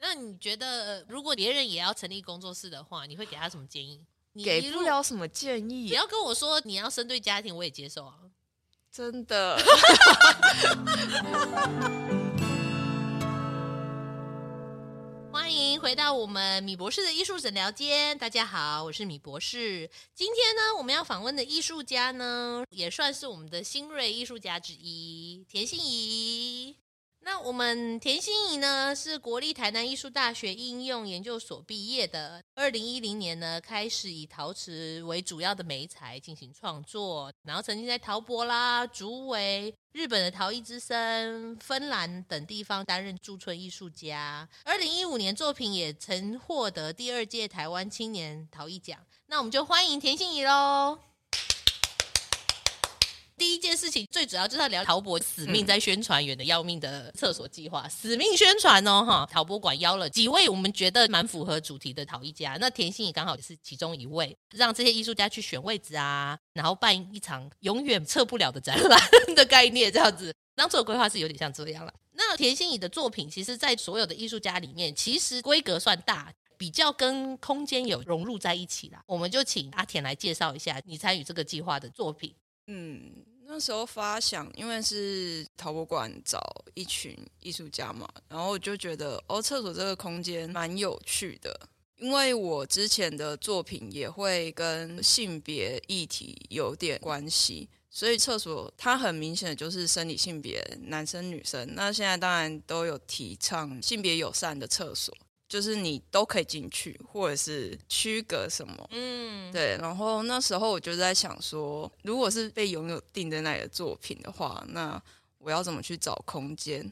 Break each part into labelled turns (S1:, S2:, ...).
S1: 那你觉得，如果别人也要成立工作室的话，你会给他什么建议？你一
S2: 给
S1: 路
S2: 不，了什么建
S1: 你
S2: 议，
S1: 要跟我说你要生对家庭，我也接受啊。
S2: 真 的。
S1: 欢迎回到我们米博士的艺术诊疗间。大家好，我是米博士。今天呢，我们要访问的艺术家呢，也算是我们的新锐艺术家之一，田心怡。那我们田心怡呢，是国立台南艺术大学应用研究所毕业的。二零一零年呢，开始以陶瓷为主要的媒材进行创作，然后曾经在陶博啦、竹围、日本的陶艺之声、芬兰等地方担任驻村艺术家。二零一五年作品也曾获得第二届台湾青年陶艺奖。那我们就欢迎田心怡喽。第一件事情最主要就是要聊陶博死命在宣传远的要命的厕所计划，死命宣传哦哈！陶博馆邀了几位我们觉得蛮符合主题的陶艺家，那田心也刚好也是其中一位，让这些艺术家去选位置啊，然后办一场永远撤不了的展览的概念，这样子。当初的规划是有点像这样了。那田心怡的作品，其实，在所有的艺术家里面，其实规格算大，比较跟空间有融入在一起啦。我们就请阿田来介绍一下你参与这个计划的作品。
S3: 嗯，那时候发想，因为是陶博馆找一群艺术家嘛，然后我就觉得哦，厕所这个空间蛮有趣的，因为我之前的作品也会跟性别议题有点关系。所以厕所它很明显的就是生理性别，男生女生。那现在当然都有提倡性别友善的厕所，就是你都可以进去，或者是区隔什么。
S1: 嗯，
S3: 对，然后那时候我就在想说，如果是被拥有定在那里的作品的话，那我要怎么去找空间？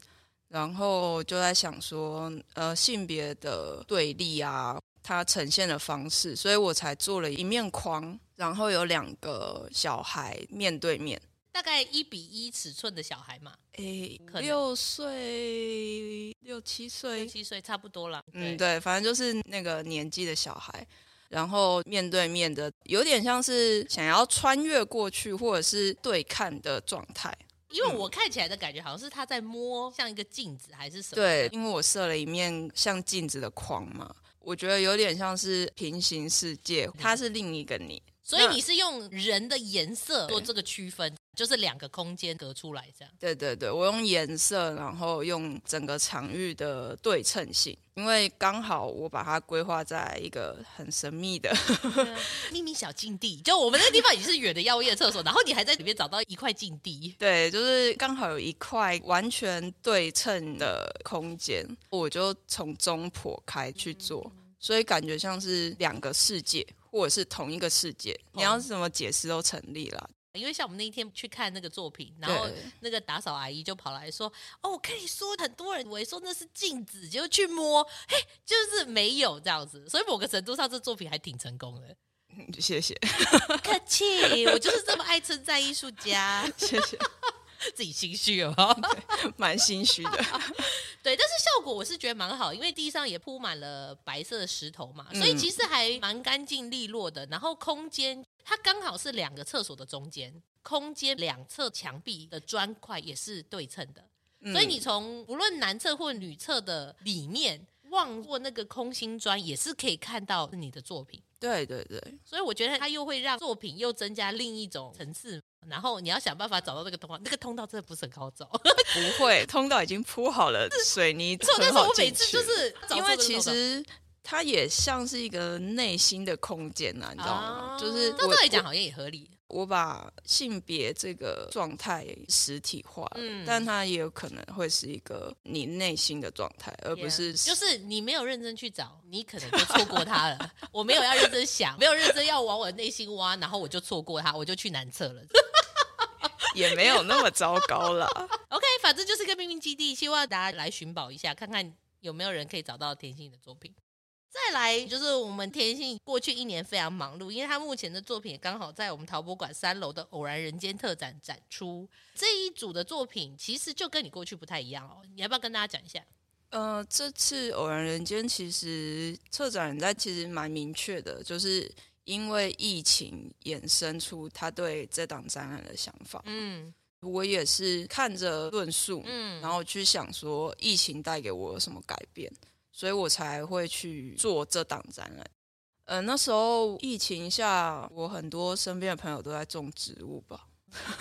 S3: 然后就在想说，呃，性别的对立啊，它呈现的方式，所以我才做了一面框，然后有两个小孩面对面，
S1: 大概一比一尺寸的小孩嘛，
S3: 诶
S1: 可，能
S3: 六岁、六七
S1: 六
S3: 岁，
S1: 七岁差不多啦。
S3: 嗯，
S1: 对，
S3: 对，反正就是那个年纪的小孩，然后面对面的，有点像是想要穿越过去或者是对看的状态。
S1: 因
S3: 嗯
S1: 为我看起来的感觉好像是他在摸，像一个镜子还是什么。
S3: 对，因为我设了一面像镜子的框嘛，我觉得有点像是平行世界，它是另一个你。
S1: 所以你是用人的颜色做这个区分，就是两个空间隔出来这样。
S3: 对对对，我用颜色，然后用整个场域的对称性，因为刚好我把它规划在一个很神秘的
S1: 秘密小禁地，就我们那个地方也是远的要 夜厕所，然后你还在里面找到一块禁地。
S3: 对，就是刚好有一块完全对称的空间，我就从中剖开去做，
S1: 嗯
S3: 所以感觉像是两个世界，或者是同一个世界。你
S1: 哦
S3: 要怎么解释都成立啦。
S1: 因为像我们那一天去看那个作品，然 后
S3: 对
S1: 那个打扫阿姨就跑来说：“哦，我跟你说，很多人以为说那是镜子，结果去摸，嘿，就是没有这样子。”所以某个程度上，这作品还挺成功的。
S3: 谢谢，
S1: 不客气， 我就是这么爱称赞艺术家，
S3: 谢谢，
S1: 自己心虚哦。
S3: 蛮心虚的。
S1: 对，但是效果我是觉得蛮好，因为地上也铺满了白色的石头嘛，所以
S3: 嗯
S1: 其实还蛮干净利落的。然后空间它刚好是两个厕所的中间，空间两侧墙壁的砖块也是对称的，
S3: 嗯
S1: 所以你从无论男厕或女厕的里面望过那个空心砖，也是可以看到你的作品。
S3: 对对对
S1: 所以我觉得它又会让作品又增加另一种层次。然后你要想办法找到那个通道，那个通道真的不是很 好找。
S3: 不会，通道已经铺好了水泥，
S1: 错，但
S3: 很
S1: 是
S3: 好
S1: 我每
S3: 进
S1: 次
S3: 去
S1: 就是找
S3: 因
S1: 错那
S3: 为
S1: 个
S3: 其
S1: 通道
S3: 实。它也像是一个内心的空间呐、你知道吗？
S1: 啊
S3: 哦就是
S1: 照
S3: 我
S1: 道理讲好像也合理。
S3: 我把性别这个状态实体化了，
S1: 嗯
S3: 但它也有可能会是一个你内心的状态，而不是
S1: Yeah，就是你没有认真去找，你可能就错过它了。 我没有要认真想，没有认真要往我内心挖，然后我就错过它，我就去南侧了。
S3: 也没有那么糟 糕啦。
S1: OK，反正就是个秘密基地，希望大家来寻宝一下，看看有没有人可以找到田心的作品。再来就是我们田心过去一年非常忙碌，因为他目前的作品也刚好在我们陶博馆三楼的“偶然人间”特展展出。这一组的作品其实就跟你过去不太一样哦，你要不要跟大家讲一下？
S3: 呃，这次偶然人间其实策展人在其实蛮明确的，就是因为疫情衍生出他对这档展览的想法。
S1: 嗯
S3: 我也是看着论述，
S1: 嗯
S3: 然后去想说疫情带给我有什么改变，所以我才会去做这档展览。呃，那时候疫情下，我很多身边的朋友都在种植物吧。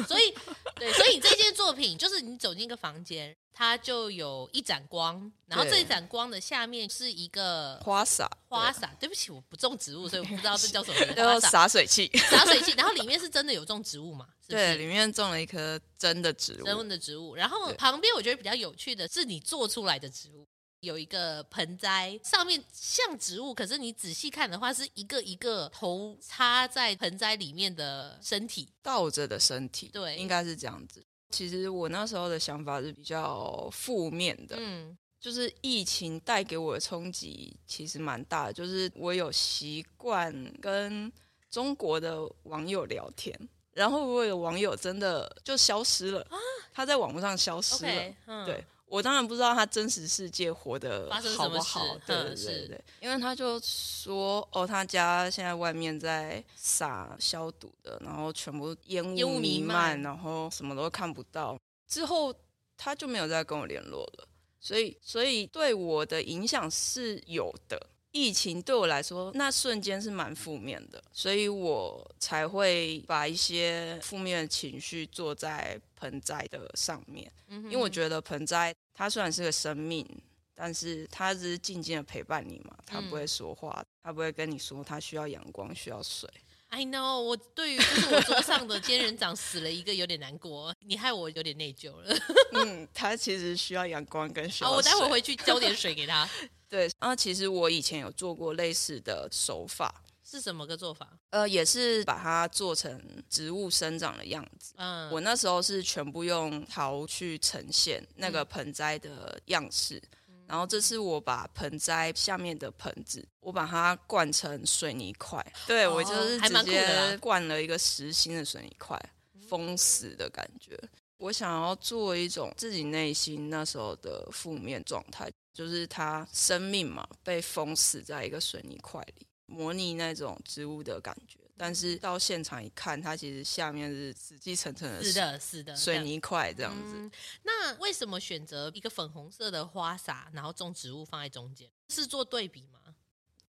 S1: 所以，对，所以你这件作品就是你走进一个房间，它就有一盏光，然后
S3: 对
S1: 这一盏光的下面是一个
S3: 花洒，
S1: 花洒。对不起，我不种植物，所以我不知 道这叫什么名字。
S3: 啊对叫
S1: 花洒
S3: 洒水器。
S1: 洒水器，然后里面是真的有种植物嘛？是不
S3: 对，
S1: 是？
S3: 里面种了一棵真的植
S1: 真
S3: 物，
S1: 的植物。然后
S3: 对
S1: 旁边我觉得比较有趣的是你做出来的植物。有一个盆栽，上面像植物，可是你仔细看的话，是一个一个头插在盆栽里面的身体。
S3: 倒着的身体，
S1: 对
S3: 应该是这样子。其实我那时候的想法是比较负面的，
S1: 嗯，
S3: 就是疫情带给我的冲击其实蛮大的，就是我有习惯跟中国的网友聊天，然后我有网友真的就消失了，他在网络上消失了。
S1: OK，嗯，
S3: 对我当然不知道他真实世界活得
S1: 发生什
S3: 好
S1: 么
S3: 不
S1: 事
S3: 好，对
S1: 嗯
S3: 对
S1: 是
S3: 对对，因为他就说哦，他家现在外面在撒消毒的，然后全部烟雾
S1: 烟雾弥
S3: 弥
S1: 漫
S3: 然后什么都看不到。之后他就没有再跟我联络了，所以所以对我的影响是有的。疫情对我来说，那瞬间是蛮负面的，所以我才会把一些负面的情绪做在盆栽的上面。
S1: 嗯哼
S3: 因为我觉得盆栽它虽然是个生命，但是它只是静静的陪伴你嘛，它不会
S1: 嗯
S3: 说话，它不会跟你说它需要阳光、需要水。
S1: I know，我对于就是我桌上的仙人掌死了一个有点难过，你害我有点内疚 了。
S3: 嗯，它其实需要阳光跟需要
S1: 好，
S3: 水。
S1: 哦我待会回去浇点水给他。
S3: 对，那其实我以前有做过类似的手法，
S1: 是什么个做法？
S3: 呃，也是把它做成植物生长的样子。
S1: 嗯，
S3: 我那时候是全部用陶去呈现那
S1: 嗯
S3: 个盆栽的样式，然后这次我把盆栽下面的盆子，我把它灌成水泥块，对、
S1: 哦
S3: 我就是
S1: 还蛮
S3: 直
S1: 酷的啦嗯
S3: 接灌了一个实心的水泥块，封死的感觉。我想要做一种自己内心那时候的负面状态，就是它生命嘛被封死在一个水泥块里，模拟那种植物的感觉。但是到现场一看，它其实下面是死气沉沉的
S1: 是的，是的，
S3: 水泥块这
S1: 这
S3: 样
S1: 样
S3: 子。
S1: 嗯那为什么选择一个粉红色的花洒，然后种植物放在中间？是做对比吗？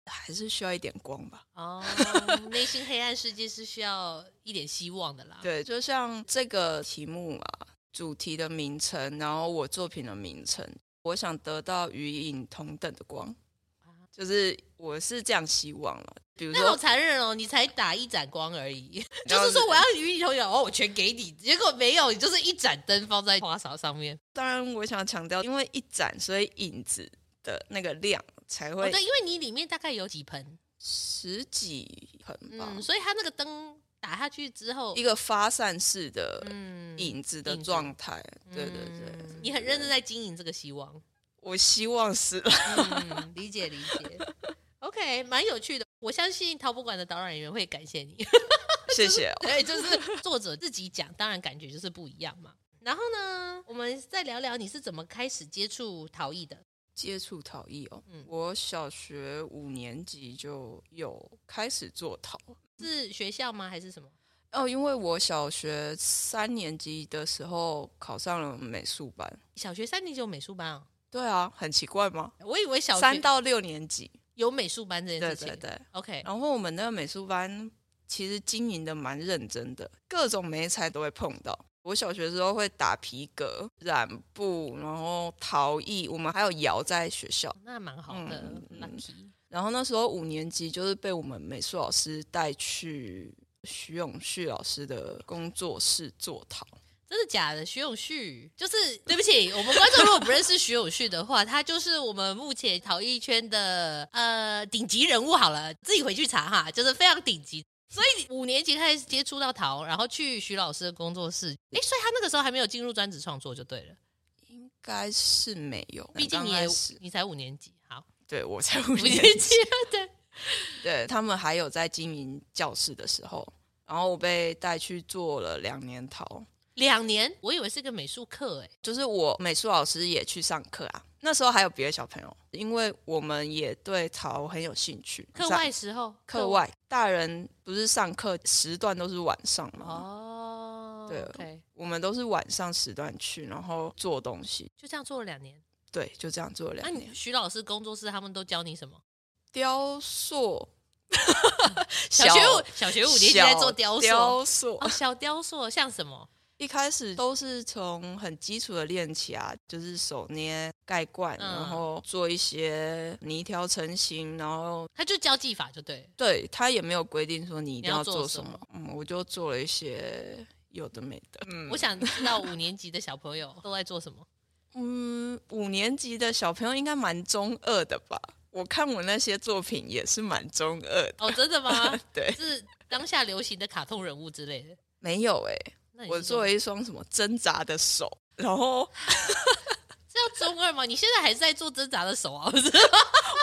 S3: 还是需要一点光吧。
S1: 哦， 内心黑暗世界是需要一点希望的啦。，
S3: 对，就像这个题目嘛，主题的名称，然后我作品的名称，我想得到与影同等的光，就是我是这样希望了。比如
S1: 啊那好
S3: 说，
S1: 残忍哦！你才打一盏光而已， 就
S3: 然后
S1: 是说我要与你同游，哦，我全给你，结果没有，你就是一盏灯放在花洒上面。
S3: 当然我想强调，因为一盏，所以影子的那个量才
S1: 哦，
S3: 会
S1: 对，因为你里面大概有几盆，
S3: 十几盆吧，
S1: 嗯，所以它那个灯打下去之后
S3: 一，个发散式的
S1: 嗯，
S3: 影子的
S1: 影子
S3: 状态。对对对，
S1: 嗯你很认真在经营这个希望，
S3: 我希望是 啦。
S1: 嗯，理解理解，OK，蛮有趣的。我相信陶博馆的导览人员会感谢你，
S3: 谢谢哦。
S1: 对，就是作者自己讲，当然感觉就是不一样嘛。然后呢，我们再聊聊你是怎么开始接触陶艺的。
S3: 接触陶艺哦。
S1: 嗯
S3: 我小学五年级就有开始做陶
S1: 是学校吗？还是什么？
S3: 哦，因为我小学三年级的时候考上了美术班。
S1: 小学三年级有美术班啊、
S3: 对啊，很奇怪吗？
S1: 我以为小
S3: 三
S1: 学
S3: 到六年级，
S1: 有美术班这件
S3: 对
S1: 事情。
S3: 对对。
S1: OK，
S3: 然后我们那个美术班其实经营的蛮认真的，各种美材都会碰到。我小学的时候会打皮革、染布，然后陶艺，我们还有窑在学校。
S1: 那蛮好的、
S3: 嗯嗯
S1: l u
S3: 嗯
S1: c k y
S3: 然后那时候五年级就是被我们美术老师带去徐永旭老师的工作室做陶。
S1: 真的假的？徐永旭就是对不起，我们观众如果不认识徐永旭的话，他就是我们目前陶艺圈的呃顶级人物。好了，自己回去查哈，就是非常顶级。所以五年级开始接触到陶，然后去徐老师的工作室。诶，所以他那个时候还没有进入专职创作就对了，
S3: 应该是没有，
S1: 毕竟你
S3: 嗯刚
S1: 也
S3: 开始
S1: 你才五年级，好
S3: 对我才五
S1: 五年
S3: 年
S1: 级
S3: 级，
S1: 对，
S3: 对他们还有在经营教室的时候，然后我被带去做了两年陶，
S1: 两年，我以为是个美术课诶。
S3: 就是我美术老师也去上课啊。那时候还有别的小朋友，因为我们也对陶很有兴趣。
S1: 课
S3: 上
S1: 外时候，
S3: 课外大人不是上课时段都是晚上吗？
S1: 哦，
S3: 对
S1: o k
S3: 我们都是晚上时段去，然后做东西。
S1: 就这样做了两年。
S3: 对，就这样做了
S1: 那、
S3: 两年。
S1: 啊你徐老师工作室他们都教你什么？
S3: 雕塑，
S1: 小学五小学五年级在做雕塑，
S3: 雕塑
S1: 哦，小雕塑像什么？
S3: 一开始都是从很基础的练起啊，就是手捏盖罐，
S1: 嗯
S3: 然后做一些泥条成型，然后
S1: 他就教技法就对了。
S3: 对他也没有规定说你一定
S1: 你要
S3: 要
S1: 做
S3: 做
S1: 什
S3: 什
S1: 么
S3: 么，嗯，我就做了一些有的没的，嗯
S1: 我想知道五年级的小朋友都 在做什么。
S3: 嗯，五年级的小朋友应该蛮中二的吧？我看我那些作品也是蛮中二的，
S1: 哦，真的吗？
S3: 对，
S1: 是当下流行的卡通人物之类的。
S3: 没有哎、
S1: 那你
S3: 我
S1: 是
S3: 做
S1: 中
S3: 了一双什么挣扎的手，然 后
S1: 这叫中二吗？你现在还是在做挣扎的手啊？不是，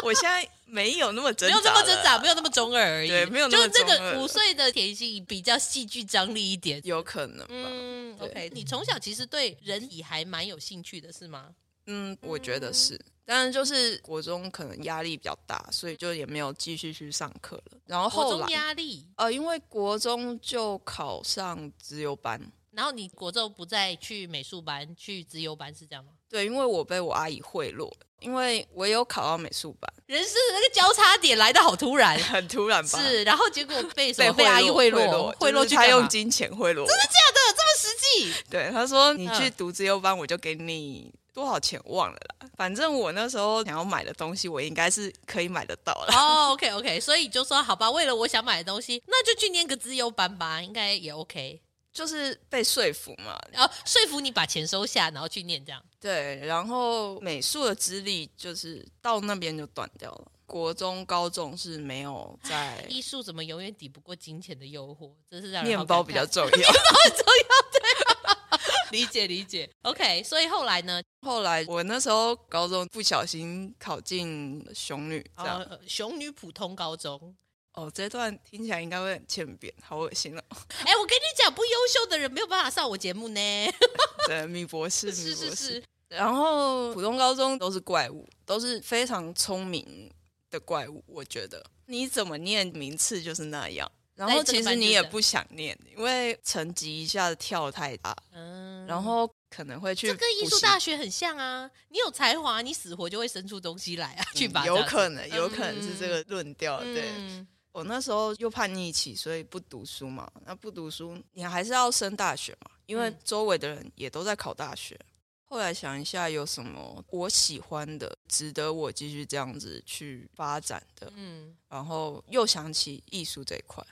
S3: 我现在没有那么 挣
S1: 没
S3: 扎，啊
S1: 有那么挣扎，，没有那么中二而已。
S3: 对没有那
S1: 就是
S3: 么
S1: 这
S3: 中
S1: 个
S3: 二
S1: 五岁的田心比较戏剧张力一 点。
S3: 有可能吧。
S1: 嗯
S3: 对
S1: ，OK，你从小其实对人体还蛮有兴趣的，是吗？
S3: 嗯，我觉得是。但是就是国中可能压力比较大，所以就也没有继续去上课了。然后
S1: 国
S3: 后
S1: 中
S3: 来，
S1: 压力，
S3: 呃，因为国中就考上资优班，
S1: 然后你国中不再去美术班，去资优班是这样吗？
S3: 对，因为我被我阿姨贿赂，因为我有考到美术班，，
S1: 人生的那个交叉点来的好突然
S3: 很突然吧？
S1: 是，然后结果被什
S3: 被
S1: 么被阿姨
S3: 贿
S1: 赂，贿
S3: 就是
S1: 赂去
S3: 他
S1: 干
S3: 用
S1: 嘛啊
S3: 金钱贿赂我。
S1: 实际
S3: 对，他说你去
S1: 嗯
S3: 读资优班，我就给你多少钱忘了啦。反正我那时候想要买的东西，我应该是可以买得到了。
S1: 哦，OK OK，所以就说好吧，为了我想买的东西，那就去念个资优班吧，应该也 OK。
S3: 就是被说服嘛，
S1: 然后说服你把钱收下，然后去念这样。
S3: 对。然后美术的资历就是到那边就断掉了。国中、高中是没有在
S1: 艺术怎么永远抵不过金钱的诱惑？真是让人好
S3: 面包
S1: 感
S3: 比较
S1: 慨
S3: 重 要。
S1: 理解理解。OK，所以后来呢，
S3: 后来我那时候高中不小心考进雄女，这样
S1: 呃，雄女普通高中。
S3: 哦，这段听起来应该会很欠扁，好恶 心哦。
S1: 哎，我跟你讲，不优秀的人没有办法上我节目呢。
S3: 对，米博士，米
S1: 是
S3: 博士。
S1: 是是，
S3: 然后普通高中都是怪物，都是非常聪明的怪物。我觉得你怎么念名次就是那样。然后其实你也不想念，因为成绩一下子跳太大，
S1: 嗯，
S3: 然后可能会去
S1: 这跟艺
S3: 补
S1: 术
S3: 习
S1: 大学很像啊。你有才华，你死活就会生出东西来啊，去吧。
S3: 嗯有
S1: 这样
S3: 可
S1: 子
S3: 能，有可能是这个论调。对
S1: 嗯
S3: 我那时候又叛逆期，所以不读书嘛。那不读书，你还是要升大学嘛，因为
S1: 嗯
S3: 周围的人也都在考大学。后来想一下，有什么我喜欢的，值得我继续这样子去发展的？
S1: 嗯，
S3: 然后又想起艺术这一块，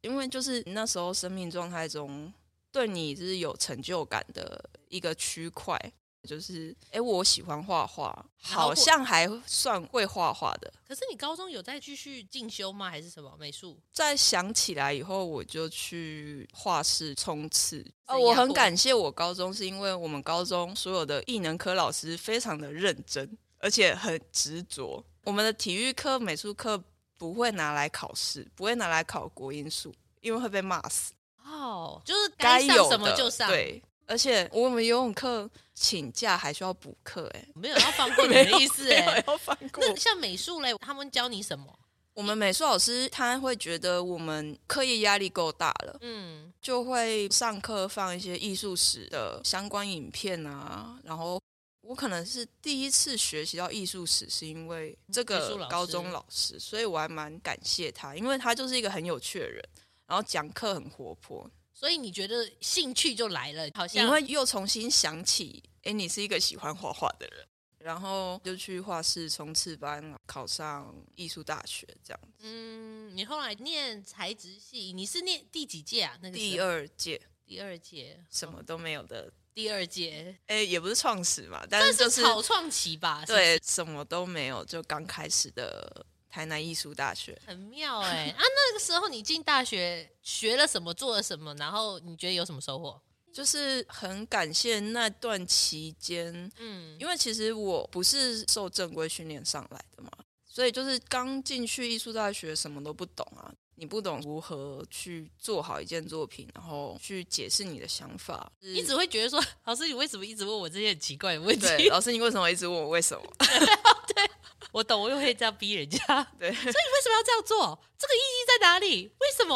S3: 因为就是那时候生命状态中对你是有成就感的一个区块，就是哎，诶我喜欢画画，
S1: 然后
S3: 好像还算会画画的。
S1: 可是你高中有再继续进修吗？还是什么美术？
S3: 再想起来以后，我就去画室冲刺。
S1: 怎
S3: 哦，
S1: 样
S3: 我很感谢我高中，是因为我们高中所有的艺能科老师非常的认真，而且很执着。我们的体育课、美术课不会拿来考试，不会拿来考国音数，因为会被骂死。
S1: 哦，就是
S3: 该
S1: 该上
S3: 有
S1: 什么
S3: 的
S1: 就上，，
S3: 对。而且我们游泳课请假还需要补课、欸，
S1: 没有要放过
S3: 哎，
S1: 你的意思
S3: 没有
S1: 哎。
S3: 要放过。
S1: 那像美术类，他们教你什么？
S3: 我们美术老师他会觉得我们课业压力够大了，
S1: 嗯，
S3: 就会上课放一些艺术史的相关影片啊，然后我可能是第一次学习到艺术史，是因为这
S1: 嗯艺术
S3: 个
S1: 老师
S3: 高中老师，所以我还蛮感谢他，因为他就是一个很有趣的人，然后讲课很活泼，
S1: 所以你觉得兴趣就来了，好
S3: 你
S1: 像
S3: 会又重新想起，哎，你是一个喜欢画画的人，然后就去画室冲刺班，考上艺术大学这样，
S1: 嗯，你后来念材质系，你是念第几届啊？那个时候
S3: 第二届
S1: 第二届，
S3: 什么都没有的，
S1: 第二届，
S3: 哎，也不是创始嘛，但
S1: 那
S3: 是嗯就是
S1: 草创期吧？是不是，
S3: 对，什么都没有，就刚开始的台南艺术大学。
S1: 很妙哎啊！那个时候你进大学学了什么，做了什么，然后你觉得有什么收获？
S3: 就是很感谢那段期间，
S1: 嗯，
S3: 因为其实我不是受正规训练上来的嘛，所以就是刚进去艺术大学什么都不懂啊，你不懂如何去做好一件作品，然后去解释你的想法。
S1: 你只会觉得说， 老师，你为什么一直问我这些很奇怪的问题？
S3: 对老师，你为什么一直问我为什么？
S1: 我懂，我又会这样逼人家。所以你
S3: 对
S1: 为什么要这样做？这个意义在哪里？为什么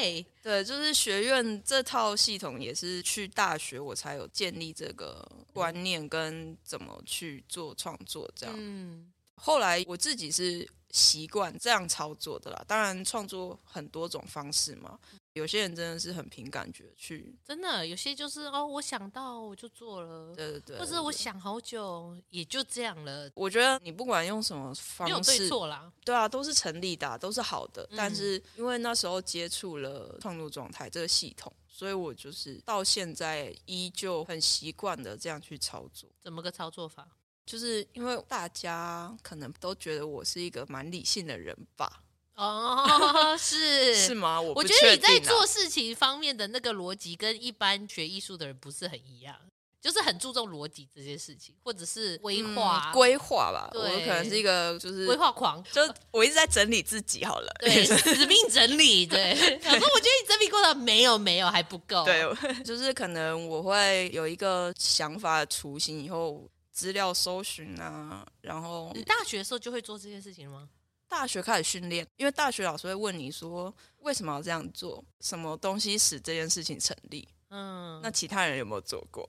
S1: ？Why？
S3: 对，就是学院这套系统也是去大学我才有建立这个观念跟怎么去做创作这样。
S1: 嗯，
S3: 后来我自己是习惯这样操作的啦。当然，创作很多种方式嘛，有些人真的是很凭感觉去，
S1: 真的有些就是哦，我想到我就做了，
S3: 对对对，
S1: 或者我
S3: 对。
S1: 想好久也就这样了，
S3: 我觉得你不管用什么
S1: 没有
S3: 方
S1: 对
S3: 式，
S1: 错啦。
S3: 对啊，都是成立的啊、都是好的。
S1: 嗯
S3: 但是因为那时候接触了创作状态这个系统，所以我就是到现在依旧很习惯的这样去操作。
S1: 怎么个操作法？
S3: 就是因为大家可能都觉得我是一个蛮理性的人吧？
S1: 哦， 是
S3: 是吗？我
S1: 我
S3: 不
S1: 觉得
S3: 确
S1: 你在
S3: 定啊
S1: 做事情方面的那个逻辑，跟一般学艺术的人不是很一样，就是很注重逻辑这些事情，或者是规划、
S3: 嗯规划吧，
S1: 对
S3: 我可能是一个就是
S1: 规，划狂，
S3: 就是我一直在整理自己好了。
S1: 对，哦死命整理，对。 可是我觉得你整理过程没有没有还不够，啊
S3: 对，就是可能我会有一个想法的雏形，以后资料搜寻啊，然后
S1: 你大学的时候就会做这件事情了吗？
S3: 大学开始训练，因为大学老师会问你说为什么要这样做，什么东西使这件事情成立，
S1: 嗯，
S3: 那其他人有没有做过？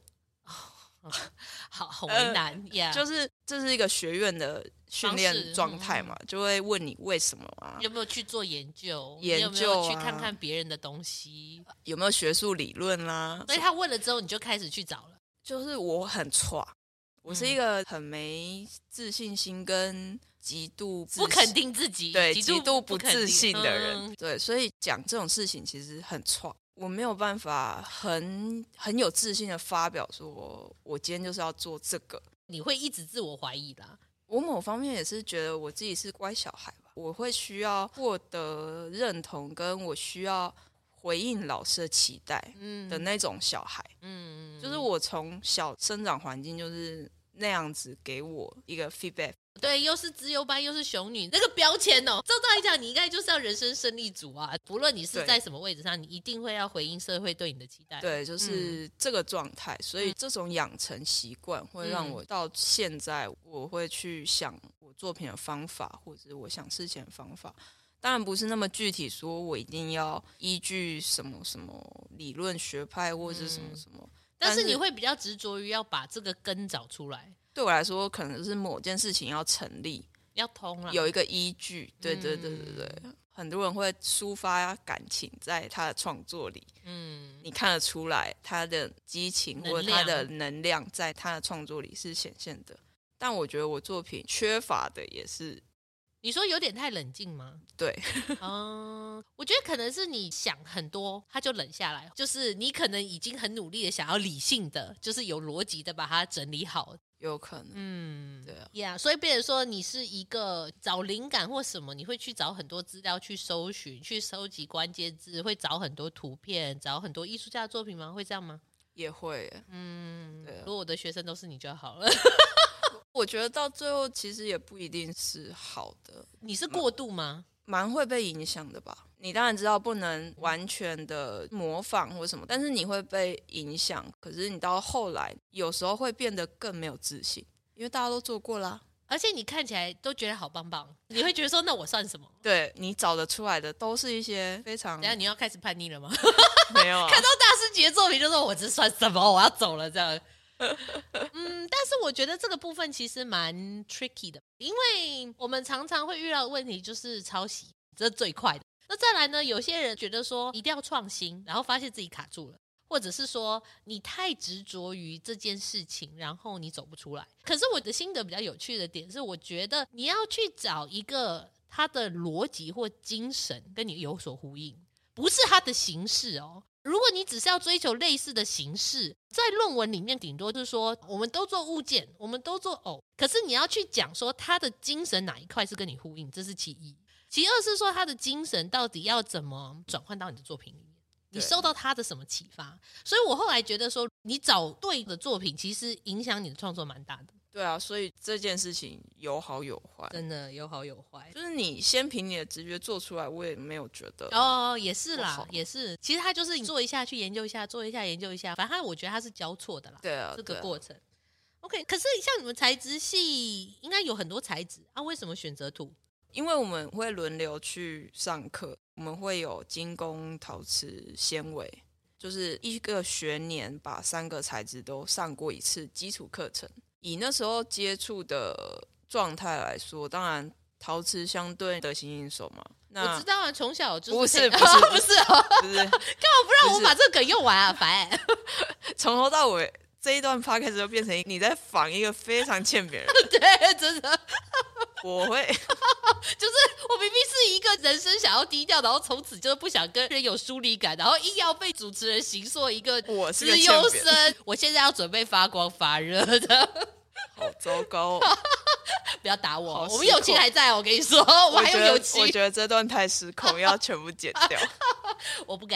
S1: 好好为难呀，
S3: 呃就是这是一个学院的训
S1: 啊方式嗯
S3: 练状态嘛，就会问你为什么啊，
S1: 有没有去做研究？
S3: 研
S1: 你有没有
S3: 究
S1: 去
S3: 啊呃
S1: 看看别人的东西？
S3: 有没有学术理论啦、
S1: 所以他问了之后，你就开始去找了。
S3: 就是我很差，我是一
S1: 嗯
S3: 个很没自信心跟极度自
S1: 不肯
S3: 信
S1: 定自己，
S3: 对
S1: 极
S3: 极
S1: 度
S3: 度
S1: 不
S3: 不
S1: 肯定
S3: 自信的人，
S1: 嗯
S3: 对，所以讲这种事情其实很差，我没有办法很很有自信的发表说，我今天就是要做这个。
S1: 你会一直自我怀疑啦。
S3: 我某方面也是觉得我自己是乖小孩吧，我会需要获得认同，跟我需要回应老师的期待
S1: 嗯
S3: 的那种小孩。
S1: 嗯，
S3: 就是我从小生长环境就是那样子给我一个 feedback，
S1: 对，又是资优班，又是熊女，那个标签哦，照道理讲，你应该就是要人生胜利组啊。不论你是
S3: 对
S1: 在什么位置上，你一定会要回应社会对你的期待。，
S3: 对，就是这个状态。所以这种养成习惯会让
S1: 嗯
S3: 我到现在，我会去想我作品的方法，或者是我想事情的方法。当然不是那么具体，说我一定要依据什么什么理论学派或者是什么
S1: 嗯
S3: 什么。
S1: 但是
S3: 但是
S1: 你会比较执着于要把这个根找出来，
S3: 对我来说，可能就是某件事情要成立，
S1: 要通了。
S3: 有一个依据。对对对对对，
S1: 嗯
S3: 很多人会抒发感情在他的创作里，
S1: 嗯，
S3: 你看得出来他的激情
S1: 能
S3: 或者他
S1: 量
S3: 的能量在他的创作里是显现的。但我觉得我作品缺乏的也是
S1: 你说有点太冷静 吗？
S3: 对，
S1: 嗯，我觉得可能是你想很多，他就冷下来。就是你可能已经很努力的想要理性的，就是有逻辑的把它整理好，
S3: 有可能。
S1: 嗯，
S3: 对啊
S1: 呀所以变成说你是一个找灵感或什么，你会去找很多资料去搜寻，去收集关键字，会找很多图片，找很多艺术家的作品吗？会这样吗？
S3: 也会耶，
S1: 嗯，
S3: 对啊
S1: 如果我的学生都是你就好了。
S3: 我觉得到最后其实也不一定是好的，
S1: 你是过度吗？
S3: 蛮会被影响的吧。你当然知道不能完全的模仿或什么，但是你会被影响。可是你到后来，有时候会变得更没有自信，因为大家都做过啦。
S1: 而且你看起来都觉得好棒棒，你会觉得说那我算什么？
S3: 对你找得出来的都是一些非常
S1: 等一下你要开始叛逆了吗？
S3: 没 有、啊、
S1: 看到大师级的作品就说我这算什么？我要走了这样。嗯，但是我觉得这个部分其实蛮 tricky 的，因为我们常常会遇到的问题就是抄袭，这是最快的。那再来呢，有些人觉得说一定要创新，然后发现自己卡住了。或者是说你太执着于这件事情，然后你走不出来。可是我的心得比较有趣的点是，我觉得你要去找一个他的逻辑或精神跟你有所呼应，不是他的形式哦。如果你只是要追求类似的形式，在论文里面顶多就是说我们都做物件，我们都做偶，可是你要去讲说他的精神哪一块是跟你呼应，这是其一。其二是说他的精神到底要怎么转换到你的作品里面，你
S3: 对
S1: 受到他的什么启发？所以我后来觉得说，你找对的作品，其实影响你的创作蛮大的，
S3: 对啊，所以这件事情有好有坏，
S1: 真的有好有坏。
S3: 就是你先凭你的直觉做出来，我也没有觉得。
S1: 哦，也是
S3: 不
S1: 啦
S3: 好，
S1: 也是。其实他就是你做一下去研究一下，做一下研究一下，反正它我觉得它是交错的啦。
S3: 对啊，
S1: 这个
S3: 对啊
S1: 过程。OK，可是像你们材质系应该有很多材质啊，为什么选择土？
S3: 因为我们会轮流去上课，我们会有精工陶瓷纤维，就是一个学年把三个材质都上过一次基础课程。以那时候接触的状态来说，当然陶瓷相对得心应手嘛。
S1: 我
S3: 那
S1: 知道啊，从小就是
S3: 不是
S1: 不
S3: 不是
S1: 不是哦，
S3: 就是
S1: 不让我
S3: 不是
S1: 把这个梗用完啊，烦。
S3: 从头到尾这一段 p o d c a s 就变成你在仿一个非常欠扁人。
S1: 对，真的
S3: 我会
S1: 就是我明明是一个人生想要低调，然后从此就不想跟人有疏离感，然后硬要被主持人形塑一个
S3: 我是个
S1: 资
S3: 欠
S1: 优
S3: 扁，
S1: 生。我现在要准备发光发热的，
S3: 好糟糕哦。
S1: 不要打我
S3: 好
S1: 哦，
S3: 失
S1: 我们友情
S3: 控
S1: 还在哦，我跟你说， 我还有
S3: 觉得
S1: 友
S3: 我
S1: 情，
S3: 觉得这段太失控，要全部剪 掉。
S1: 我不给。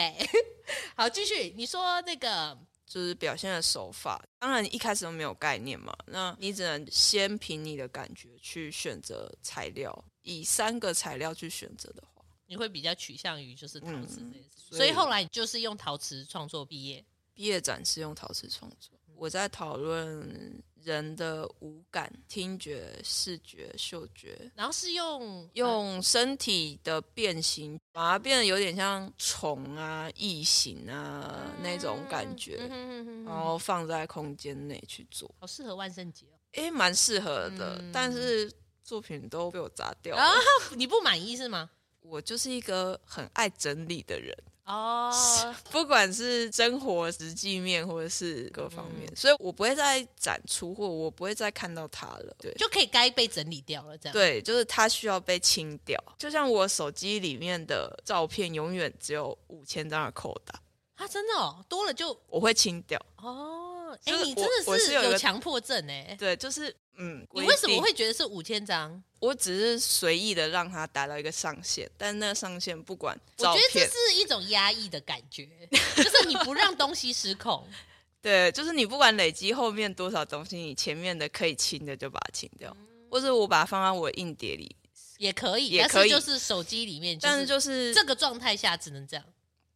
S1: 好，继续，你说那个
S3: 就是表现的手法，当然一开始都没有概念嘛，那你只能先凭你的感觉去选择材料，以三个材料去选择的话，
S1: 你会比较取向于就是陶瓷这件事，
S3: 嗯所以
S1: 所以后来你就是用陶瓷创作毕业。
S3: 毕业展是用陶瓷创作。我在讨论人的五感：听觉、视觉、嗅觉，
S1: 然后是用
S3: 用身体的变形把它变得有点像虫啊、异形啊、
S1: 嗯
S3: 那种感觉，
S1: 嗯哼哼哼哼
S3: 然后放在空间内去做。
S1: 好适合万圣节哦。
S3: 诶，蛮适合的，
S1: 嗯
S3: 但是作品都被我砸掉了。
S1: 啊，你不满意是吗？
S3: 我就是一个很爱整理的人，
S1: 哦，
S3: 不管是生活实际面或者是各方面，
S1: 嗯
S3: 所以我不会再展出或我不会再看到它了。对。
S1: 就可以该被整理掉了，这样。
S3: 对，就是它需要被清掉，就像我手机里面的照片永远只有五千张的扣打，
S1: 啊，真的哦，多了就
S3: 我会清掉。
S1: 哦，哎、
S3: 就是
S1: 你
S3: 我
S1: 真的
S3: 我
S1: 是
S3: 是有一
S1: 有
S3: 个
S1: 强迫症哎、
S3: 对，就是嗯，
S1: 你
S3: 规
S1: 为什么
S3: 定
S1: 会觉得是五千张？
S3: 我只是随意的让它达到一个上限，但那个上限不管
S1: 我觉
S3: 照
S1: 得这
S3: 片，
S1: 是一种压抑的感觉，就是你不让东西失控。
S3: 对，就是你不管累积后面多少东西，你前面的可以清的就把它清掉，
S1: 嗯
S3: 或者我把它放在我的硬碟里。
S1: 也可以，
S3: 也
S1: 但
S3: 可
S1: 是
S3: 以
S1: 就是手机里面、
S3: 但是就是
S1: 这个状态下只能这样。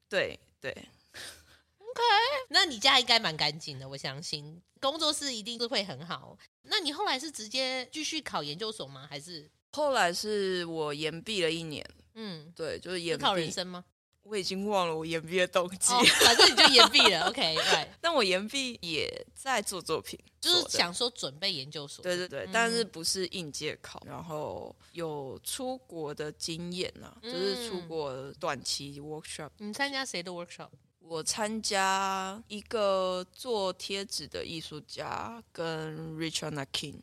S3: 对对，
S1: 那你家应该蛮干净的，我相信工作室一定是会很好。那你后来是直接继续考研究所吗？还是
S3: 后来是我延毕了一年，
S1: 嗯，
S3: 对，就是
S1: 思
S3: 延
S1: 考人
S3: 毕。
S1: 生吗？
S3: 我已经忘了我延毕的动机，
S1: 哦，反正你就延毕了 ，OK，对，
S3: 但我延毕也在做作品，
S1: 就是
S3: 做的
S1: 想说准备研究所，
S3: 对对对，
S1: 嗯
S3: 但是不是应届考，然后有出国的经验呐、啊，就是出
S1: 嗯
S3: 国短期 workshop。
S1: 你参加谁的 workshop？
S3: 我参加一个做贴纸的艺术家，跟 Richard Nakin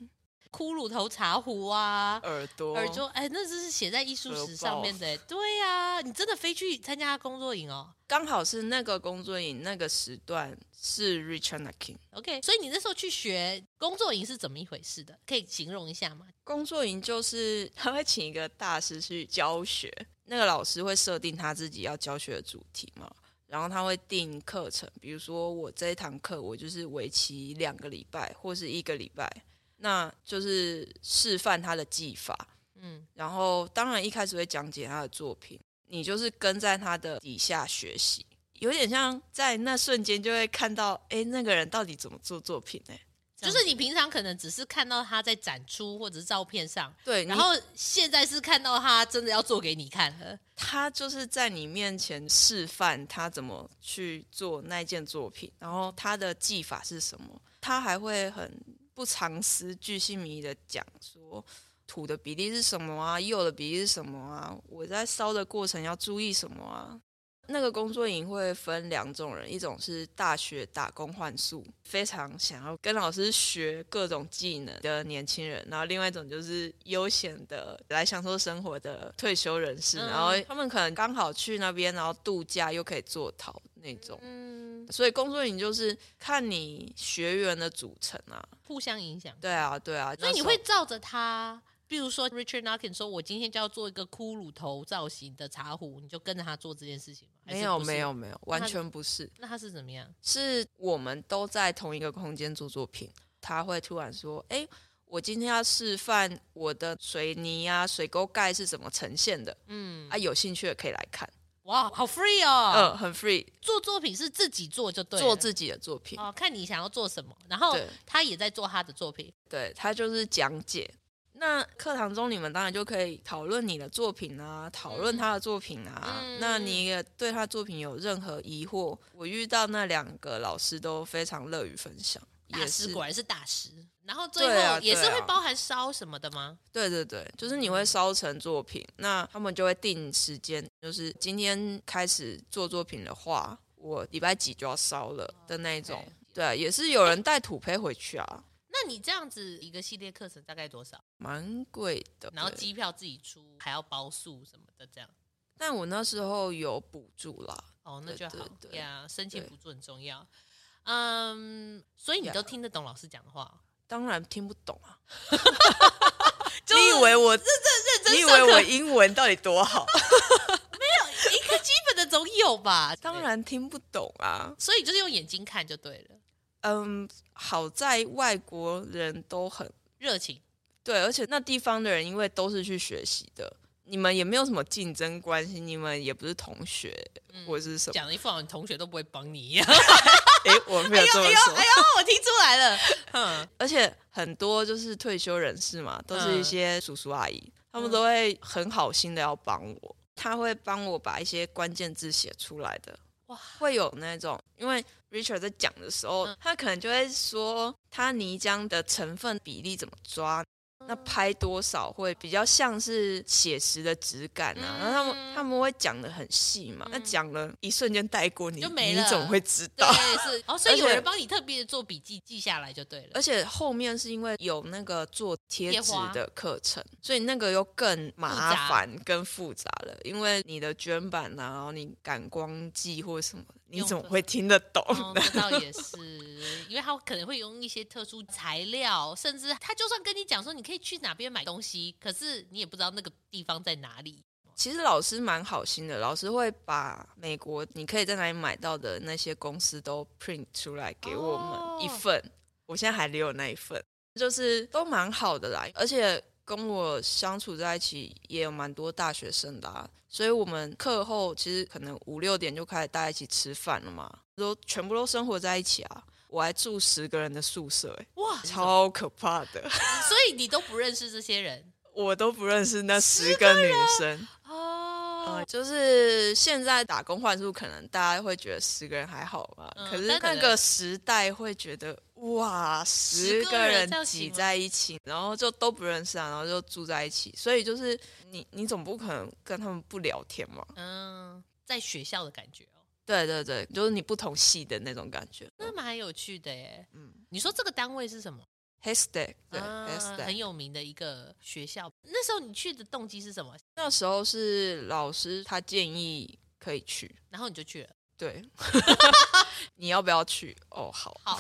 S1: 骷髅头茶壶啊，
S3: 耳朵
S1: 耳朵，哎，那这是写在艺术史上面
S3: 哦
S1: 的，对呀、你真的非去参加工作营哦。
S3: 刚好是那个工作营那个时段是 Richard Nakin
S1: OK，所以你那时候去学工作营是怎么一回事的？可以形容一下吗？
S3: 工作营，就是 他会请一个大师去教学，那个老师会设定他自己要教学的主题嘛，然后他会定课程，比如说我这一堂课我就是为期两个礼拜或是一个礼拜，那就是示范他的技法，
S1: 嗯，
S3: 然后当然一开始会讲解他的作品，你就是跟在他的底下学习，有点像在那瞬间就会看到，哎，那个人到底怎么做作品呢？这
S1: 就
S3: 样
S1: 是你平常可能只是看到他在展出或者是照片上，
S3: 对，
S1: 然
S3: 你
S1: 后现在是看到他真的要做给你看了。
S3: 他就是在你面前示范他怎么去做那件作品，然后他的技法是什么，他还会很不藏私、巨细靡遗的讲说土的比例是什么啊，釉的比例是什么啊，我在烧的过程要注意什么啊。那个工作营会分两种人，一种是大学打工换宿，非常想要跟老师学各种技能的年轻人，然后另外一种就是悠闲的来享受生活的退休人士，
S1: 嗯
S3: 然后他们可能刚好去那边，然后度假又可以做陶那种。
S1: 嗯，
S3: 所以工作营就是看你学员的组成啊，
S1: 互相影响。
S3: 对啊，对啊，
S1: 所以
S3: 那
S1: 你
S3: 时候
S1: 会照着他，比如说 Richard Nakin 说：“我今天就要做一个骷髅头造型的茶壶，你就跟着他做这件事情吗？”还是
S3: 没有
S1: 不是
S3: 没有。没有，完全不是。
S1: 那他是怎么样？
S3: 是我们都在同一个空间做作品，他会突然说：“哎、我今天要示范我的水泥啊、水沟盖是怎么呈现的
S1: 嗯，
S3: 啊，有兴趣的可以来看。
S1: 哇，好 free 哦！
S3: 嗯，很 free，
S1: 做作品是自己做就对了，
S3: 做自己的作品。
S1: 哦，看你想要做什么，然后
S3: 对
S1: 他也在做他的作品。
S3: 对他就是讲解。那课堂中，你们当然就可以讨论你的作品啊，讨论他的作品啊。
S1: 嗯
S3: 那你也对他作品有任何疑惑，我遇到那两个老师都非常乐于分享，
S1: 大
S3: 也
S1: 师
S3: 是
S1: 果然是大师。然后最
S3: 对啊
S1: 后也是
S3: 对啊
S1: 会包含烧什么的吗？
S3: 对对对，就是你
S1: 嗯
S3: 会烧成作品，那他们就会定时间，就是今天开始做作品的话，我礼拜几就要烧了的那一种。
S1: 哦 OK
S3: 对，啊也是有人带土坯回去啊，
S1: 那你这样子一个系列课程大概多少？
S3: 蛮贵的。
S1: 然后
S3: 对
S1: 机票自己出，还要包宿什么的，这样
S3: 但我那时候有补助啦，
S1: 哦，那
S3: 对
S1: 就
S3: 对
S1: 好
S3: 对
S1: 呀。申请
S3: 对
S1: 补助很重要，嗯，所以你
S3: Yeah
S1: 都听得懂老师讲的话哦，
S3: 当然听不 懂啊。
S1: 就是
S3: 你以为我
S1: 认真
S3: 你以
S1: 上
S3: 为
S1: 课
S3: 我英文到底 多好？
S1: 一个基本的总有吧？
S3: 当，然听不懂啊。
S1: 所以就是用眼睛看就对了，
S3: 嗯，好在外国人都很
S1: 热情。
S3: 对，而且那地方的人因为都是去学习的，你们也没有什么竞争关系，你们也不是同学
S1: 嗯
S3: 或是 什么。
S1: 讲的一副好像你同学都不会帮你一 样。
S3: 哎、我没有这么说。
S1: 哎呦，我听出来 了。嗯，
S3: 而且很多就是退休人士嘛，都是一
S1: 嗯
S3: 些叔叔阿姨，他们都会很好心的要帮我，他会帮我把一些关键字写出来的。
S1: 哇
S3: 哇，会有那种，因为 Richard 在讲的时候，
S1: 嗯
S3: 他可能就会说他泥浆的成分比例怎么抓，那拍多少会比较像是写实的质感啊。
S1: 嗯
S3: 然后他们他们会讲的很细嘛，那讲了一瞬间带过你，
S1: 就没了
S3: 你怎么会知道？
S1: 对，是哦，所以有
S3: 而且
S1: 人帮你特别做笔记，记下来就对了
S3: 而。且后面是因为有那个做贴
S1: 贴
S3: 纸
S1: 花
S3: 的课程，所以那个又更麻烦、更复杂了。因为你的卷板啊，然后你感光剂或什么，你
S1: 用
S3: 怎么
S1: 的
S3: 会听得 懂
S1: 哦，
S3: 呢？
S1: 这倒也是，因为他可能会用一些特殊材料，甚至他就算跟你讲说你可以去哪边买东西，可是你也不知道那个地方在哪里。
S3: 其实老师蛮好心的，老师会把美国你可以在哪里买到的那些公司都 print 出来给我
S1: 哦
S3: 们一份，我现在还留有那一份，就是都蛮好的啦，而且。跟我相处在一起也有蛮多大学生的、啊，所以我们课后其实可能五六点就开始大家一起吃饭了嘛，都全部都生活在一起啊。我还住十个人的宿舍、 欸，
S1: 哇，
S3: 超可怕的，
S1: 所以你都不认识这些人
S3: 我都不认识那十个女生。
S1: 哦。
S3: 呃，就是现在打工换宿，可能大家会觉得十个人还好吧，
S1: 嗯
S3: 可是
S1: 但可
S3: 那
S1: 能
S3: 个时代会觉得哇，
S1: 十
S3: 十
S1: 个
S3: 个
S1: 人
S3: 人
S1: 这样行
S3: 挤
S1: 吗
S3: 在一起，然后就都不认识啊，然后就住在一起，所以就是你你总不可能跟他们不聊天嘛。
S1: 嗯，在学校的感觉哦，
S3: 对对对，就是你不同系的那种感觉。
S1: 那蛮有趣的耶。
S3: 嗯
S1: 你说这个单位是什么？
S3: ，hashtag 对
S1: 啊
S3: hashtag，
S1: 很有名的一个学校。那时候你去的动机是什么？
S3: 那时候是老师他建议可以去，
S1: 然后你就去了，
S3: 对，你要不要去？哦，好。
S1: 好，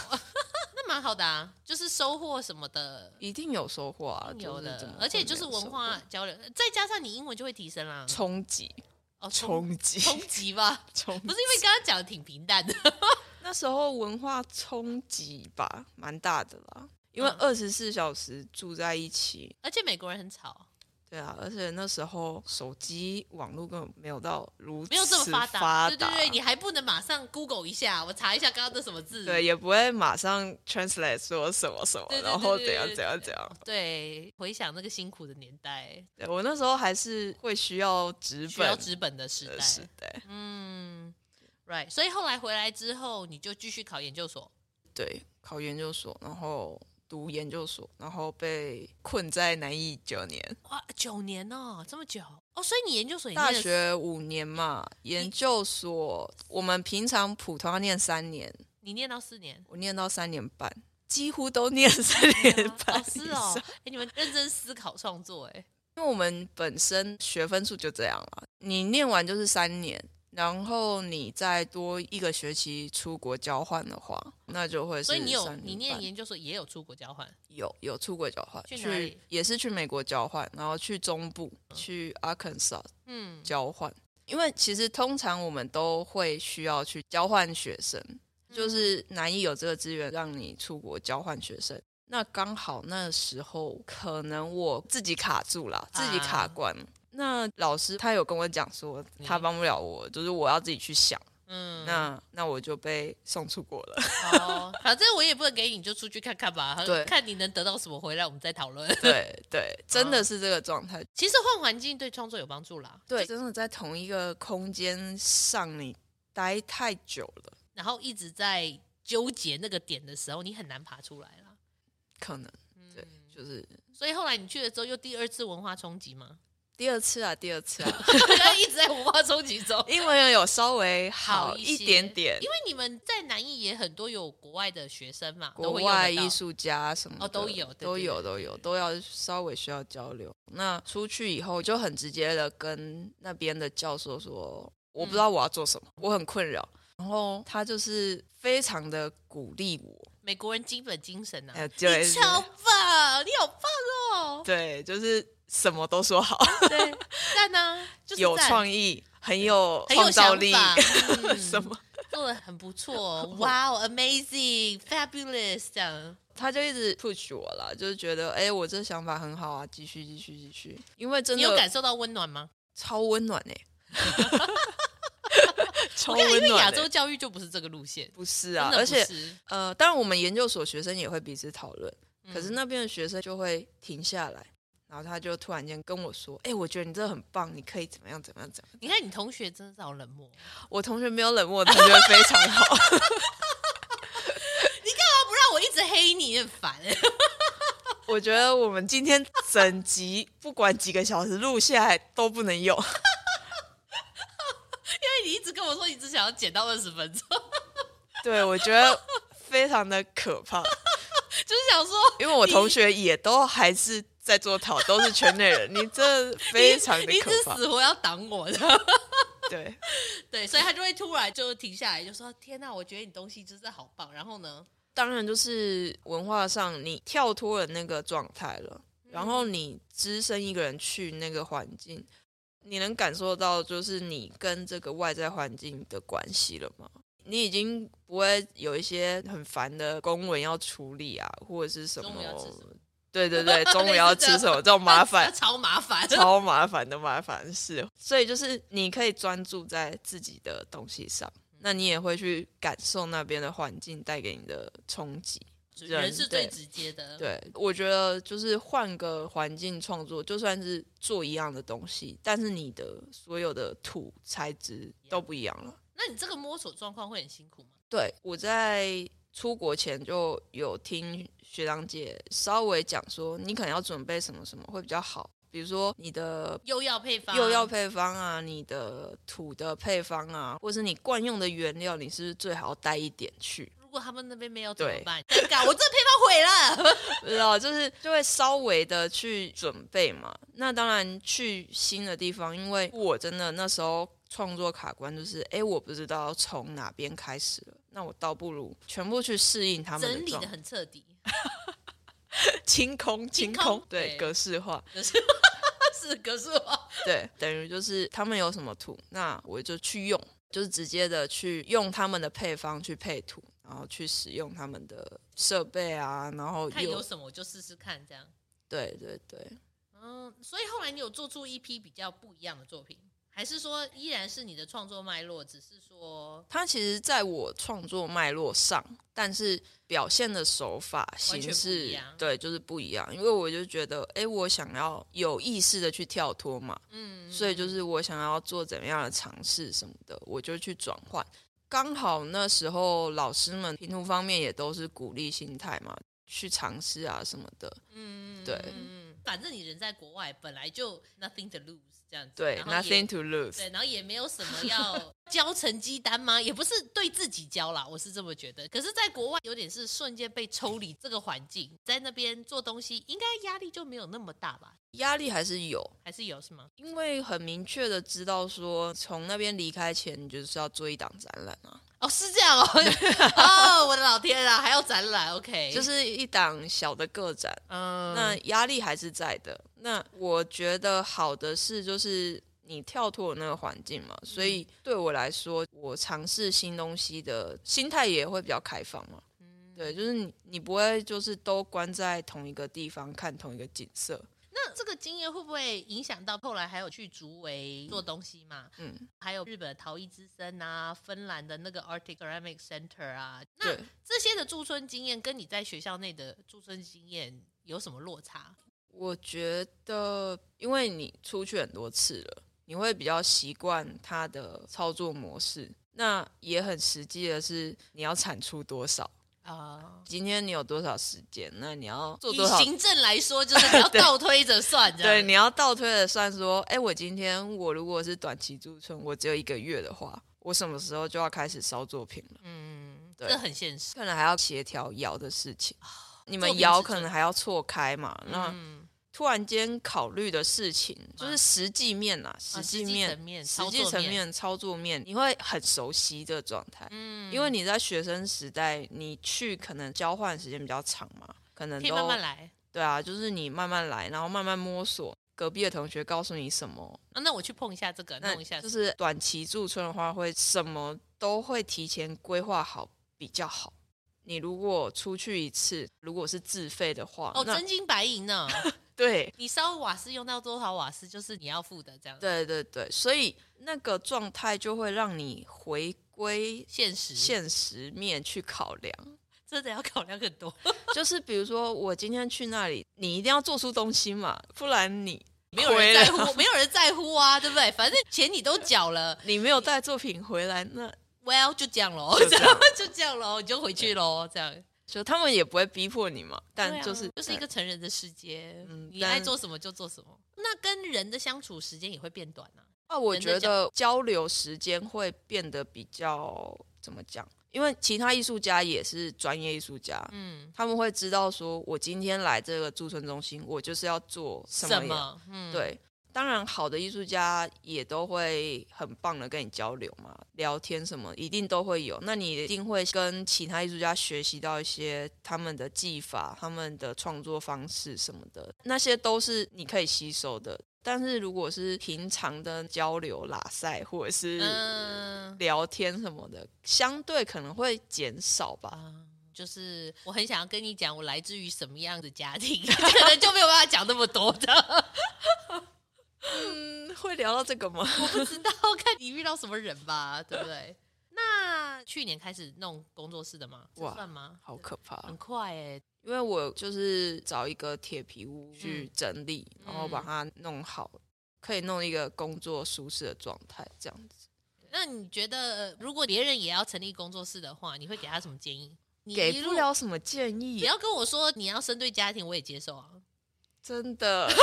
S1: 那蛮好的啊，就是收获什么的。
S3: 一定有收获啊，
S1: 有
S3: 就是怎
S1: 的
S3: 么，
S1: 而且
S3: 会
S1: 就
S3: 没
S1: 是
S3: 有收
S1: 文
S3: 获
S1: 化交流，再加上你英文就会提升啦。
S3: 冲击，
S1: 哦，冲
S3: 冲击，
S1: 冲击 吧，
S3: 冲
S1: 不是因为刚刚讲的挺平淡的，
S3: 那时候文化冲击吧，蛮大的啦。因为
S1: 嗯
S3: 二十四小时住在一起，
S1: 而且美国人很吵，
S3: 对啊，而且那时候手机网络根本没有到如此
S1: 没有这么发达。
S3: 达，
S1: 对对对，你还不能马上 Google 一下，我查一下刚刚那什么字。
S3: 对也不会马上 translate 说什么什么，
S1: 对对对
S3: 然后
S1: 对
S3: 怎
S1: 对
S3: 样
S1: 对
S3: 怎样
S1: 对
S3: 怎样。
S1: 对，回想那个辛苦的年代，
S3: 对我那时候还是会需要纸
S1: 需要
S3: 本呃
S1: 纸本的时
S3: 的
S1: 代。
S3: 时代，
S1: 嗯，right，所以后来回来之后，你就继续考研究所。
S3: 对，考研究所，然后读研究所，然后被困在南艺九年。
S1: 哇，九年哦，这么久哦，所以你研究所也念
S3: 大
S1: 了
S3: 学五年嘛，研究所我们平常普通要念三年，
S1: 你念到四年。
S3: 我念到三年半，几乎都念三年 半、
S1: 哦，是哦，，哎、你们认真思考创作、 哎，
S3: 因为我们本身学分数就这样了，你念完就是三年，然后你再多一个学期出国交换的话，那就会是
S1: 所以你有
S3: 三年
S1: 你念
S3: 半
S1: 研究所也有出国交换，
S3: 有有出国交换，
S1: 去哪里
S3: 也是去美国交换，然后去中部去 Arkansas
S1: 嗯，
S3: 交换，因为其实通常我们都会需要去交换学生，
S1: 嗯
S3: 就是南艺有这个资源让你出国交换学生。那刚好那时候可能我自己卡住了，自己
S1: 啊
S3: 卡关。那老师他有跟我讲说
S1: 你
S3: 他帮不了我，就是我要自己去想。
S1: 嗯，
S3: 那那我就被送出国 了。
S1: 哦，反正我也不能给你，你就出去看看吧。
S3: 对
S1: 看你能得到什么回来，我们再讨论。
S3: 对对，真
S1: 嗯
S3: 的是这个状态。
S1: 其实换环境对创作有帮助啦，
S3: 对，真的在同一个空间上你待太久了，
S1: 然后一直在纠结那个点的时候，你很难爬出来啦。
S3: 可能对
S1: 嗯，
S3: 就是
S1: 所以后来你去了之后，又第二次文化冲击吗？
S3: 第二次啊，第二次啊，
S1: 一直在文化冲击中。
S3: 英文有稍微好
S1: 好一
S3: 一
S1: 些
S3: 点点，
S1: 因为你们在南艺也很多有国外的学生嘛，
S3: 国
S1: 都会用得
S3: 外
S1: 到
S3: 艺术家什么的
S1: 哦都有对
S3: 都
S1: 对
S3: 有
S1: 对
S3: 都有都要稍微需要交流。那出去以后就很直接的跟那边的教授说，我不知道
S1: 嗯
S3: 我要做什么，我很困扰。然后他就是非常的鼓励我，
S1: 美国人基本精神啊，
S3: 哎对
S1: 你超棒，你好棒 哦，
S3: 对，就是什么都说好，
S1: 对，赞呢，就是
S3: 有
S1: 赞
S3: 创意，很有
S1: 很有
S3: 创造
S1: 想
S3: 力，
S1: 法，嗯
S3: 什么。
S1: 做的很不 错，哇、哦 a m a z i n g fabulous 这样，
S3: 他就一直 push 我啦，就是觉得，哎、我这想法很好啊，继续，继续，继续。因为真
S1: 你有
S3: 的
S1: 感受到温暖吗？
S3: 超温暖 哎、超
S1: 我看
S3: 温暖、欸。
S1: 因为亚洲教育就不是这个路线，
S3: 不是
S1: 真
S3: 啊，
S1: 的不
S3: 而且
S1: 是，
S3: 呃，当然我们研究所学生也会彼此讨论，
S1: 嗯
S3: 可是那边的学生就会停下来，然后他就突然间跟我说：“哎、我觉得你这很棒，你可以怎么样怎么样怎么样。
S1: 你看你同学真的好冷漠，”哦
S3: 我同学没有冷漠，他觉得非常好。
S1: 他不让我一直黑你，很烦。欸
S3: 我觉得我们今天整集不管几个小时录下来都不能有，
S1: 因为你一直跟我说你只想要剪到二十分钟，
S3: 对我觉得非常的可怕，
S1: 就是想说
S3: 因为我同学也都还是在做讨，都是圈内人，你 这非常
S1: 你
S3: 的
S1: 一
S3: 可
S1: 直
S3: 怕，
S1: 死活要挡我的，
S3: 对。
S1: 对，所以他就会突然就停下来，就说：“天哪、我觉得你东西真的好棒。”然后呢，
S3: 当然就是文化上你跳脱了那个状态了，然后你只身一个人去那个环境，你能感受到就是你跟这个外在环境的关系了吗？你已经不会有一些很烦的公文要处理啊，或者是什么
S1: 中午要吃什么？，
S3: 对对对，中 午要吃什么这种麻烦
S1: 超麻烦，
S3: 超麻烦的麻烦事。所以就是你可以专注在自己的东西上，那你也会去感受那边的环境带给你的冲击。
S1: 人是最
S3: 对
S1: 直接的。
S3: 对，我觉得就是换个环境创作，就算是做一样的东西，但是你的所有的土材质都不一样了。
S1: 那你这个摸索状况会很辛苦吗？
S3: 对，我在出国前就有听学长姐稍微讲说，你可能要准备什么什么会比较好，比如说你的
S1: 又要配方，
S3: 又要配方啊，你的土的配方啊，或是你惯用的原料，你是不是最好带一点去？
S1: 如果他们那边没有怎么
S3: 对
S1: 办？尴尬，我这配方毁了。
S3: 不知道，就是就会稍微的去准备嘛。那当然去新的地方，因为我真的那时候创作卡关，就是哎，诶我不知道从哪边开始了。那我倒不如全部去适应他们
S1: 整
S3: 的
S1: 理
S3: 状
S1: 的
S3: 态，
S1: 很彻底，
S3: 清空，清
S1: 空对
S3: 对，格式化，
S1: 可是 是可是我
S3: 对，等于就是他们有什么土，那我就去用，就是直接的去用他们的配方去配土，然后去使用他们的设备啊，然后
S1: 看
S3: 有
S1: 有什么我就试试看这样。
S3: 对对对，
S1: 嗯，所以后来你有做出一批比较不一样的作品，还是说依然是你的创作脉络，只是说
S3: 它其实在我创作脉络上，但是表现的手法
S1: 全不
S3: 形
S1: 一
S3: 式
S1: 样，
S3: 对，就是不一样。因为我就觉得，哎，我想要有意识的去跳脱嘛，
S1: 嗯，
S3: 所以就是我想要做怎么样的尝试什么的，我就去转换。刚好那时候老师们评图方面也都是鼓励心态嘛，去尝试啊什么的。
S1: 嗯，
S3: 对
S1: 嗯，反正你人在国外，本来就 nothing to lose 这样子，
S3: 对
S1: 然后也
S3: ，nothing to lose。
S1: 对，然后也没有什么要交成绩单吗？也不是对自己交啦，我是这么觉得。可是，在国外有点是瞬间被抽离这个环境，在那边做东西，应该压力就没有那么大吧？
S3: 压力还是有，
S1: 还是有是吗？
S3: 因为很明确的知道说，从那边离开前，你就是要做一档展览啊，
S1: 哦，是这 样哦，哦，我的老天啊，还要展览，OK，
S3: 就是一档小的个展。
S1: 嗯，
S3: 那压力还是在的。那我觉得好的是，就是你跳脱了那个环境嘛，所以
S1: 嗯
S3: 对我来说，我尝试新东西的心态也会比较开放嘛。
S1: 嗯
S3: 对，就是你，你不会就是都关在同一个地方看同一个景色，
S1: 那那这个经验会不会影响到后来还有去竹围做东西嘛？
S3: 嗯，
S1: 还有日本的陶艺之森啊，芬兰的那个 Arctic Ceramic Center 啊，那
S3: 对。
S1: 这些的驻村经验跟你在学校内的驻村经验有什么落差？
S3: 我觉得，因为你出去很多次了，你会比较习惯它的操作模式。那也很实际的是，你要产出多少？
S1: 啊、
S3: 今天你有多少时间？那你要做
S1: 以
S3: 多少？
S1: 行政来说，就是你要
S3: 对
S1: 倒推着算，这
S3: 对，
S1: 样
S3: 你要倒推的算说，哎，我今天我如果是短期驻村，我只有一个月的话，我什么时候就要开始烧作品了？
S1: 嗯，
S3: 对
S1: 这很现实。
S3: 可能还要协调窑的事情，啊你
S1: 作
S3: 们
S1: 品
S3: 窑
S1: 尺寸
S3: 可能还要错开嘛？那、
S1: 嗯，
S3: 突然间考虑的事情，就
S1: 啊
S3: 是实际面呐、实际
S1: 实
S3: 面、
S1: 际层面
S3: 实
S1: 操
S3: 际
S1: 作
S3: 层
S1: 面
S3: 面、操作面，你会很熟悉的状态。
S1: 嗯
S3: 因为你在学生时代，你去可能交换时间比较长嘛，可能
S1: 可以
S3: 都
S1: 慢慢来。
S3: 对啊，就是你慢慢来，然后慢慢摸索。隔壁的同学告诉你什么，
S1: 啊，那我去碰一下这个，
S3: 那
S1: 弄一下
S3: 就
S1: 这个，
S3: 是短期驻村的话，会什么都会提前规划好比较好。你如果出去一次，如果是自费的话，
S1: 哦，
S3: 那
S1: 真金白银呢。
S3: 对
S1: 你烧瓦斯用到多少瓦斯，就是你要付的这样。，
S3: 对对对，所以那个状态就会让你回归
S1: 现实，
S3: 现实面去考量。
S1: 真的要考量很 多，
S3: 就是比如说，我今天去那里，你一定要做出东西嘛，不然你
S1: 没有
S3: 回
S1: 人
S3: 来
S1: 在乎，没有人在乎啊，对不对？反正钱你都缴了
S3: 你没有带作品回来，那
S1: ，Well 就这样 喽，
S3: 就这样
S1: 就这样喽，你就回去喽，这样。
S3: 就他们也不会逼迫你嘛。
S1: 对
S3: 但
S1: 啊
S3: 就是、
S1: 就是一个成人的世界，
S3: 嗯
S1: 你爱
S3: 但
S1: 做什么就做什么。那跟人的相处时间也会变短啊。
S3: 啊，我
S1: 人的
S3: 觉得交流时间会变得比较怎么讲？因为其他艺术家也是专业艺术家，
S1: 嗯，
S3: 他们会知道说，我今天来这个驻村中心，我就是要做什么
S1: 什么？嗯，，
S3: 对，当然好的艺术家也都会很棒的跟你交流嘛，聊天什么一定都会有。那你一定会跟其他艺术家学习到一些他们的技法、他们的创作方式什么的，那些都是你可以吸收的。但是如果是平常的交流、拉塞或者是
S1: 嗯
S3: 聊天什么的，相对可能会减少吧。
S1: 啊。就是我很想要跟你讲，我来自于什么样的家庭，可能就没有办法讲那么多的。
S3: 嗯，会聊到这个吗？
S1: 不知道看你遇到什么人吧，对不对？那去年开始弄工作室的吗？这
S3: 哇
S1: 算吗？
S3: 好可怕哦、
S1: 很快哎、
S3: 因为我就是找一个铁皮屋去整理，
S1: 嗯
S3: 然后把它弄好，可以弄一个工作舒适的状态，这样子。
S1: 那你觉得，呃如果别人也要成立工作室的话，你会给他什么建议？你一
S3: 给
S1: 路
S3: 不了什么建
S1: 不
S3: 议，
S1: 要跟我说你要生对家庭，我也接受啊。
S2: 真的，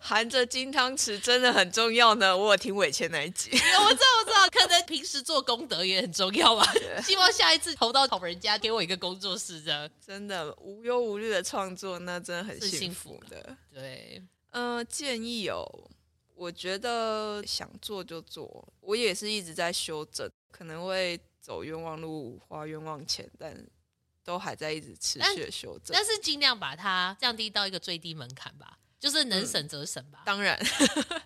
S3: 含着金汤匙真的很重要呢。我有听伟谦那一集，
S1: 我知道，我知道，可能平时做功德也很重要吧。 希望下一次投到好人家，给我一个工作室这样。
S3: 真的无忧无虑的创作，那真的很
S1: 是幸
S3: 幸
S1: 福
S3: 福的。
S1: 对，
S3: 嗯、建议哦，我觉得想做就做，我也是一直在修正，可能会走冤枉路，花冤枉钱，但都还在一直持
S1: 但
S3: 续的修正。
S1: 但是尽量把它降低到一个最低门槛吧，就是能省则省 吧。
S3: 当然，。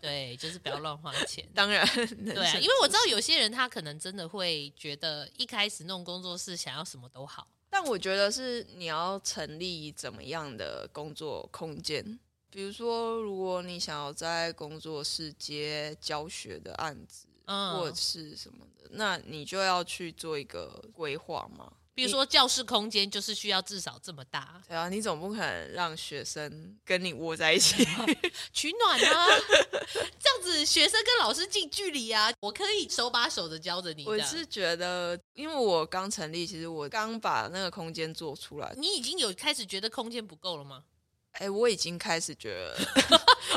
S1: 对，就是不要乱花钱
S3: 当然，
S1: 对啊、因为我知道有些人他可能真的会觉得一开始弄工作室想要什么都好，
S3: 但我觉得是你要成立怎么样的工作空间。比如说，如果你想要在工作室接教学的案子，或
S1: 嗯
S3: 者，是什么的，那你就要去做一个规划嘛。
S1: 比如说教室空间就是需要至少这么大，
S3: 对啊，你总不可能让学生跟你窝在一 起。
S1: 取暖啊， 这样子学生跟老师近距离啊，我可以手把手的教着你这
S3: 我
S1: 样。
S3: 是觉得，因为我刚成立，其实我刚把那个空间做出来，
S1: 你已经有开始觉得空间不够了吗？
S3: 哎、我已经开始觉得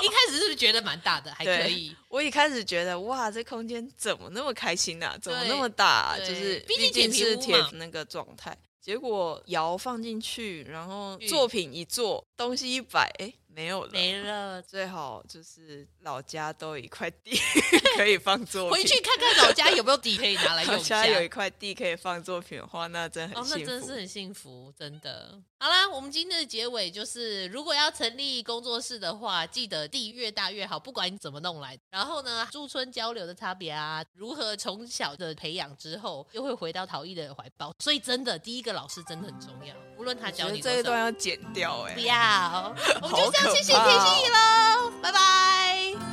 S1: 一开始是不是觉得蛮大的，还可以？
S3: 我一开始觉得哇，这空间怎么那么开心啊，怎么那么大、啊？
S1: 对
S3: 就是
S1: 毕竟
S3: 竟
S1: 铁皮
S3: 是
S1: 屋
S3: 铁
S1: 嘛
S3: 那个状态。结果窑放进去，然后
S1: 嗯
S3: 作品一做，东西一摆，哎，没有了。
S1: 没了，
S3: 最好就是老家都有一块地 可以放作品，
S1: 回去看看老家有没有底可以拿来用
S3: 老
S1: 一
S3: 家
S1: 下。
S3: 有一块地可以放作品的话，那真的
S1: 哦
S3: 很，
S1: 那
S3: 幸
S1: 真
S3: 福。
S1: 是很幸福，真的。好啦，我们今天的结尾就是，如果要成立工作室的话，记得地越大越好，不管你怎么弄来。然后呢，驻村交流的差别啊，如何从小的培养之后，又会回到陶艺的怀抱。所以真的，第一个老师真的很重要。无无论他
S2: 觉
S1: 教
S2: 得
S1: 你
S2: 这一
S1: 多
S2: 段
S1: 少，
S3: 欸
S2: 要剪掉哎、
S1: 不要，我们
S3: 好
S1: 就这样
S3: 可
S1: 谢谢田心怡喽，拜拜。